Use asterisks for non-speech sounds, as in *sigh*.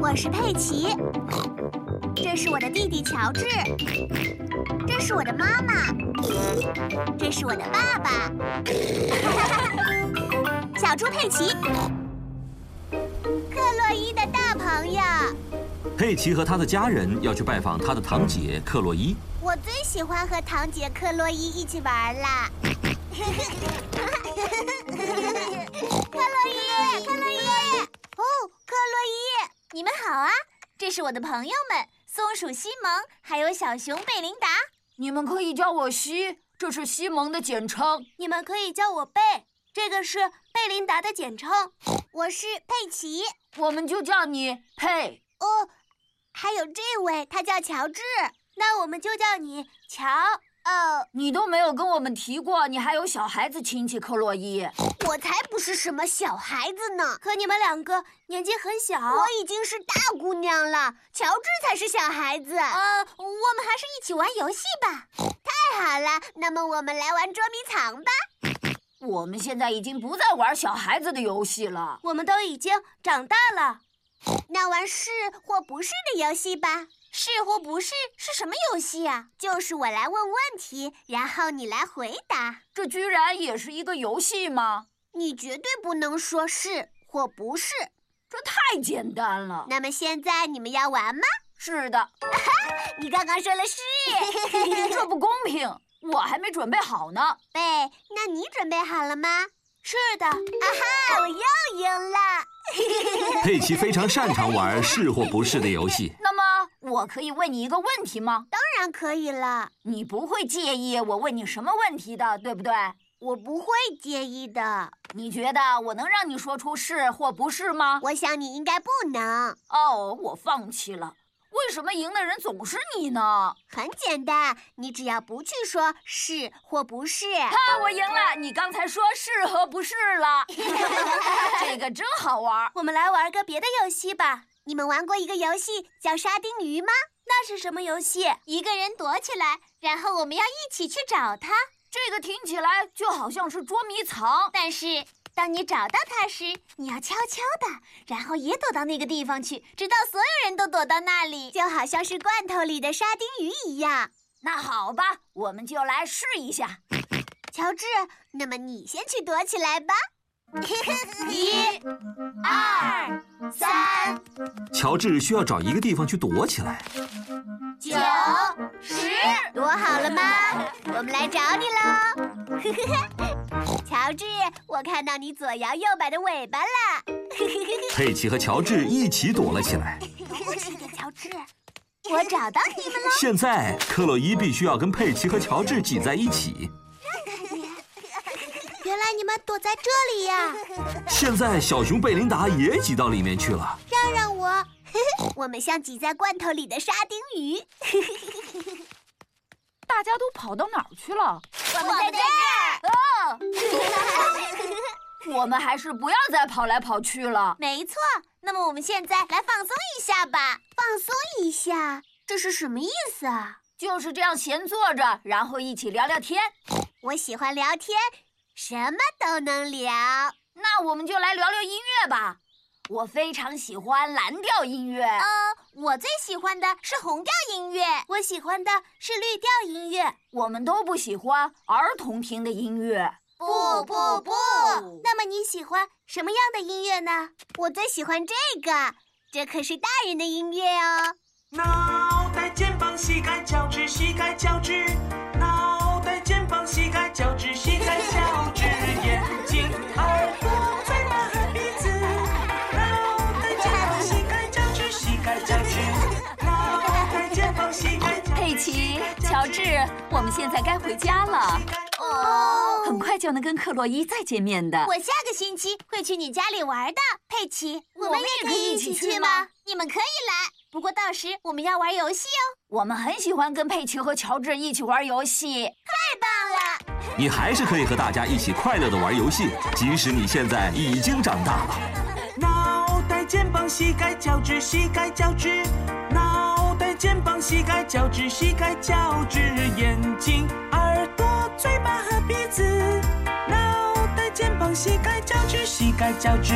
我是佩奇，这是我的弟弟乔治，这是我的妈妈，这是我的爸爸， *laughs* 小猪佩奇，克洛伊的大朋友。佩奇和他的家人要去拜访他的堂姐克洛伊。我最喜欢和堂姐克洛伊一起玩啦！克洛伊，克洛伊，哦，克洛伊，你们好啊！这是我的朋友们松鼠西蒙，还有小熊贝琳达。你们可以叫我西，这是西蒙的简称。你们可以叫我贝，这个是贝琳达的简称。我是佩奇。我们就叫你佩。哦，还有这位，他叫乔治。那我们就叫你乔。哦，你都没有跟我们提过，你还有小孩子亲戚克洛伊。我才不是什么小孩子呢，哦可你们两个年纪很小。我已经是大姑娘了，乔治才是小孩子。呃，我们还是一起玩游戏 *laughs* 吧。太好了，那么我们来玩捉迷藏吧。我们现在已经不再玩小孩子的游戏了，我们都已经长大 *laughs* 了。那玩是或不是的游戏吧。是或不是是什么游戏啊？就是我来问问题，然后你来回答。这居然也是一个游戏吗？你绝对不能说是或不是，这太简单了。那么现在你们要玩吗？是的，你刚刚说了是，这不公平，我还没准备好呢。贝，那你准备好了吗？是的。啊哈，我又赢了。佩奇非常擅长玩是或不是的游戏。那么，我可以问你一个问题吗？当然可以了，你不会介意我问你什么问题的，对不对？我不会介意的。你觉得我能让你说出是或不是吗？我想你应该不能。哦，我放弃了。为什么赢的人总是你啊呢？很简单，你只要不去说是或不是。哈，我赢了！你刚才说是和不是 *laughs* 了， *laughs* 这个真好玩。我们来玩个别的游戏吧。你们玩过一个游戏叫沙丁鱼吗？那是什么游戏？一个人躲起来，然后我们要一起去找他。这个听起来就好像是捉迷藏，但是当你找到他时，你要悄悄的，然后也躲到那个地方去，直到所有人都躲到那里，就好像是罐头里的沙丁鱼一样。那好吧，我们就来试一下。乔治，那么你先去躲起来吧。一、二、三，乔治需要找一个地方去躲起来。九、十，哎躲好了吗？我们来找你 *laughs* 喽！乔治，我看到你左摇右摆的尾巴了。佩奇和乔治一起躲了起来。客气点，乔治，我找到你们了。现在，克洛伊必须要跟佩奇和乔治挤在一起。原来你们躲在这 *laughs* 里呀、现在，小熊贝琳达也挤到里面去了。让让我， *laughs* 我们像挤在罐头里的沙丁鱼。大家都跑到哪儿去了？我们在这儿。哦，哦 *laughs* 我们还是不要再跑来跑去了。没错。那么我们现在来放松一下吧。放松一下，这是什么意思啊？就是这样闲坐着，然后一起聊聊天。我喜欢聊天，什么都能聊。那我们就来聊聊音乐吧。我非常喜欢蓝调音乐，呃，我最喜欢的是红调音乐，我喜欢的是绿调音乐。我们都不喜欢儿童听的音乐。不不不，那么你喜欢什么样的音乐呢？我最喜欢这个，这可是大人的音乐哦。脑袋、肩膀、膝盖、脚趾、膝盖、脚趾，脑袋、肩膀、膝盖、脚趾、膝盖、脚趾，眼睛、耳朵、嘴巴和鼻子，脑袋、肩膀、膝盖、脚趾、膝盖、脚趾，脑袋、肩膀、膝盖、脚趾佩奇、乔治，我们现在该回家了，哦，很快就能跟克洛伊再见面的。我下个星期会去你家里玩的，佩奇。我们也可以一起去吗？你们可以来，不过到时我们要玩游戏哦。我们很喜欢跟佩奇和乔治一起玩游戏。你还是可以和大家一起快乐的玩游戏，即使你现在已经长大了。脑袋、肩膀、膝盖、脚趾、膝盖、脚趾，脑袋、肩膀、膝盖、脚趾、膝盖、脚趾，眼睛、耳朵、嘴巴和鼻子，脑袋、肩膀、膝盖、脚趾、膝盖、脚趾，